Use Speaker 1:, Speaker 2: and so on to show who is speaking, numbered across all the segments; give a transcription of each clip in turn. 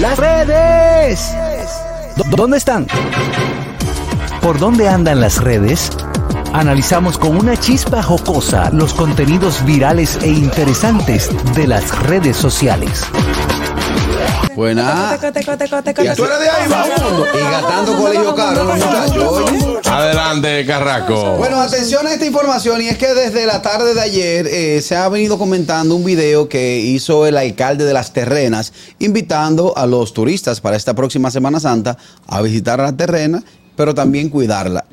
Speaker 1: Las redes. ¿Dó- ¿Dónde están? ¿Por dónde andan las redes? Analizamos con una chispa jocosa los contenidos virales e interesantes de las redes sociales.
Speaker 2: Buena.
Speaker 3: Ah. Y tú eres de ahí, vagabundo.
Speaker 2: Y gastando colegio caro, los muchachos. oye.
Speaker 4: Adelante, Carrasco.
Speaker 2: Bueno, atención a esta información y es que desde la tarde de ayer eh, se ha venido comentando un video que hizo el alcalde de las terrenas invitando a los turistas para esta próxima Semana Santa a visitar la terrena, pero también cuidarla.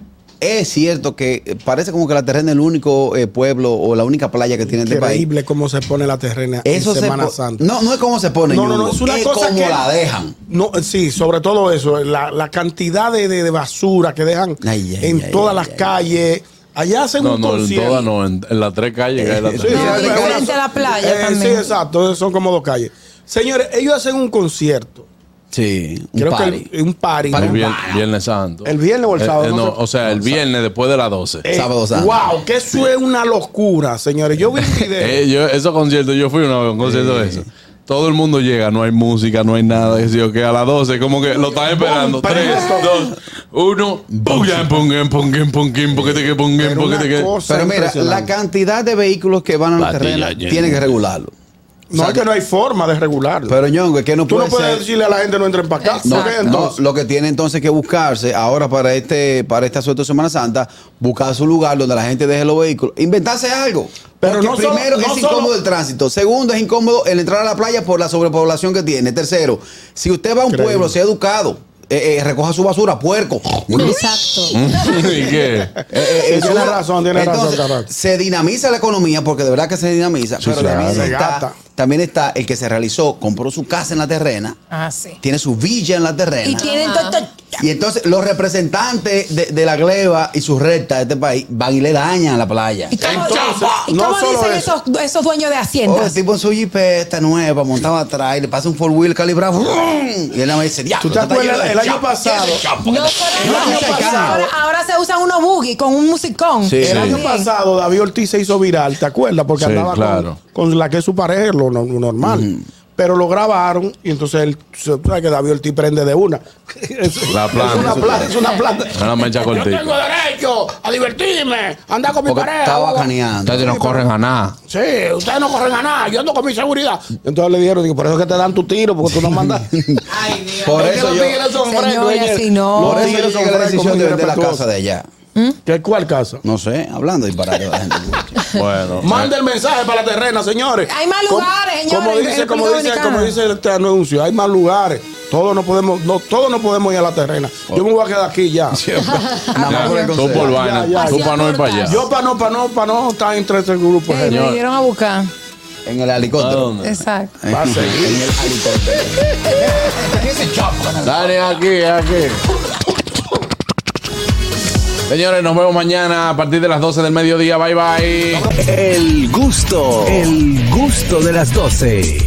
Speaker 2: Es cierto que eh, parece como que la terrena es el único eh, pueblo o la única playa que tiene este país.
Speaker 3: Increíble cómo se pone la terrena
Speaker 2: Eso
Speaker 3: en
Speaker 2: se
Speaker 3: Semana
Speaker 2: po-
Speaker 3: Santa.
Speaker 2: No, no es como se pone.
Speaker 3: No, no, no,
Speaker 2: Ñongo,
Speaker 3: es una
Speaker 2: es
Speaker 3: cosa
Speaker 2: como
Speaker 3: que
Speaker 2: la dejan.
Speaker 3: No, sí, sobre todo eso, la, la cantidad de, de- de basura que dejan
Speaker 2: Ay, ay,
Speaker 3: en
Speaker 2: ay,
Speaker 3: todas
Speaker 2: ay,
Speaker 3: las
Speaker 2: ay.
Speaker 3: calles. Allá hacen
Speaker 4: No,
Speaker 3: un
Speaker 4: no, en
Speaker 3: concierto.
Speaker 4: todas no, en, en las tres calles que hay la
Speaker 2: Sí,
Speaker 4: tercera.
Speaker 2: sí.
Speaker 3: pero
Speaker 2: y
Speaker 3: una-
Speaker 5: frente a la playa también.
Speaker 3: Eh, Sí, exacto, son como dos calles. Señores, ellos hacen un concierto.
Speaker 2: Sí, un
Speaker 3: Creo
Speaker 2: party.
Speaker 3: que el- un party.
Speaker 4: El
Speaker 3: ¿no?
Speaker 4: vier- viernes santo.
Speaker 3: El viernes o el sábado,
Speaker 4: Eh, eh,
Speaker 3: no
Speaker 4: no,
Speaker 3: sé.
Speaker 4: o sea, el viernes después de las 12.
Speaker 3: Eh,
Speaker 2: Sábado Santo.
Speaker 3: Wow, que eso es una locura, señores. Yo vi un video.
Speaker 4: Eh, yo, esos conciertos, yo fui una vez a un concierto de eso. Todo el mundo llega, no hay música, no hay nada. Es decir, que a las 12, como que lo están esperando.
Speaker 3: Bomba.
Speaker 4: 3, 2, 1. Punguen, punguen, punguen, punguen, poquete que punguen,
Speaker 3: Pero una
Speaker 4: poquete que.
Speaker 3: cosa
Speaker 2: Pero mira, la
Speaker 3: impresionante.
Speaker 2: cantidad de vehículos que van a la
Speaker 4: Patilla
Speaker 2: terrena
Speaker 4: llena.
Speaker 2: tiene que regularlo.
Speaker 3: No es que no hay forma de regularlo.
Speaker 2: Pero Ñongo, es que no
Speaker 3: Tú
Speaker 2: puede
Speaker 3: no puedes
Speaker 2: ser-
Speaker 3: decirle a la gente no entren para acá.
Speaker 5: No,
Speaker 3: ¿Por qué
Speaker 5: no,
Speaker 2: No,
Speaker 3: entonces?
Speaker 2: lo que tiene entonces que buscarse ahora para este para esta suerte de Semana Santa, buscar su lugar donde la gente deje los vehículos, inventarse algo.
Speaker 3: Pero
Speaker 2: Porque
Speaker 3: no solo-
Speaker 2: primero
Speaker 3: no
Speaker 2: es
Speaker 3: solo-
Speaker 2: incómodo el tránsito, segundo es incómodo el entrar a la playa por la sobrepoblación que tiene, tercero, si usted va a un
Speaker 3: Increíble.
Speaker 2: pueblo, sea educado, eh, eh, recoja su basura, puerco.
Speaker 5: Exacto.
Speaker 4: ¿Y qué?
Speaker 2: Eh, eh,
Speaker 3: Sí, tiene
Speaker 2: una-
Speaker 3: razón, tiene razón,
Speaker 2: entonces,
Speaker 3: Carraco.
Speaker 2: Se dinamiza la economía porque de verdad que se dinamiza. pero
Speaker 4: claro.
Speaker 2: también,
Speaker 3: Se
Speaker 2: está,
Speaker 3: gasta.
Speaker 2: también está el que se realizó, compró su casa en la terrena,
Speaker 5: Ah, sí.
Speaker 2: tiene su villa en la terrena.
Speaker 5: Y tienen todo.
Speaker 2: Y entonces los representantes de, de la gleba y sus rectas de este país van y le dañan la playa.
Speaker 5: ¿Y cómo,
Speaker 3: Entonces,
Speaker 5: ¿y
Speaker 3: no
Speaker 5: cómo
Speaker 3: solo
Speaker 5: dicen
Speaker 3: eso.
Speaker 5: Esos, esos dueños de
Speaker 2: Oh, el
Speaker 5: haciendas?
Speaker 2: tipo en su jipeta nueva, montado atrás, y le pasa un four wheel calibrado. ¡vrum! Y él nada más dice, diablo.
Speaker 3: ¿Tú te
Speaker 2: esto está
Speaker 3: acuerdas
Speaker 2: lleno de
Speaker 3: el año
Speaker 2: chapa,
Speaker 3: pasado?
Speaker 2: lleno de chapa".
Speaker 5: No solo
Speaker 2: El año
Speaker 5: eso, porque
Speaker 2: pasado.
Speaker 5: ahora, ahora se usan unos boogies con un musicón.
Speaker 2: Sí.
Speaker 3: El año
Speaker 5: Bien.
Speaker 3: pasado David Ortiz se hizo viral, ¿te acuerdas? Porque
Speaker 4: Sí,
Speaker 3: andaba con-
Speaker 4: claro.
Speaker 3: con, la que es su pareja, lo, no- lo normal. Pero lo grabaron y entonces él, tú sabes que David Ortiz prende de una. Es-
Speaker 4: La planta.
Speaker 3: Es una planta, es una planta.
Speaker 2: Ah,
Speaker 4: Una mancha
Speaker 3: Yo
Speaker 4: cortita.
Speaker 3: tengo derecho a divertirme, a andar con mi
Speaker 2: Porque
Speaker 3: pareja.
Speaker 2: estaba
Speaker 3: bobo.
Speaker 2: caneando.
Speaker 4: no corren a nada.
Speaker 3: Sí, ustedes no corren a nada, yo ando con mi seguridad. Entonces le dijeron, digo, por eso es que te dan tu tiro, porque tú no mandas.
Speaker 2: Por
Speaker 3: Es que
Speaker 2: eso
Speaker 3: los
Speaker 2: yo...
Speaker 3: tigres son
Speaker 5: Señores,
Speaker 3: frescos, ellos-
Speaker 5: así no.
Speaker 3: los
Speaker 2: Por eso yo
Speaker 3: tigres son
Speaker 2: llegué a la
Speaker 3: frescos,
Speaker 2: decisión
Speaker 3: muy
Speaker 2: de vender la
Speaker 3: irrespetuosos.
Speaker 2: casa de allá.
Speaker 3: ¿Qué, ¿Cuál casa?
Speaker 2: No sé, hablando de disparate. la gente.
Speaker 4: Bueno.
Speaker 3: Mande el mensaje para la terrena, señores.
Speaker 5: Hay más
Speaker 3: Como-
Speaker 5: lugares, señores,
Speaker 3: Como
Speaker 5: en
Speaker 3: dice,
Speaker 5: República
Speaker 3: como dice,
Speaker 5: Dominicana.
Speaker 3: como dice este anuncio, hay más lugares. Todos no podemos, no, todos no podemos ir a la terrena. Yo me voy a quedar aquí ya.
Speaker 2: Nada más por el
Speaker 4: Ya, tú
Speaker 2: consejo.
Speaker 4: por
Speaker 3: Ya,
Speaker 4: vaina,
Speaker 3: ya,
Speaker 4: tú
Speaker 5: ya.
Speaker 4: para no ir para allá.
Speaker 3: Yo para no, para no, para no estar entre ese grupo.
Speaker 5: Ey,
Speaker 3: gente.
Speaker 5: me vinieron a buscar.
Speaker 2: En el
Speaker 4: ¿A
Speaker 2: helicóptero.
Speaker 4: dónde?
Speaker 5: Exacto.
Speaker 3: Va a
Speaker 2: en
Speaker 3: seguir.
Speaker 2: el helicóptero. Ese chapa.
Speaker 4: Dale aquí, aquí. Señores, nos vemos mañana a partir de las 12 del mediodía. Bye bye.
Speaker 1: El gusto, el gusto de las 12.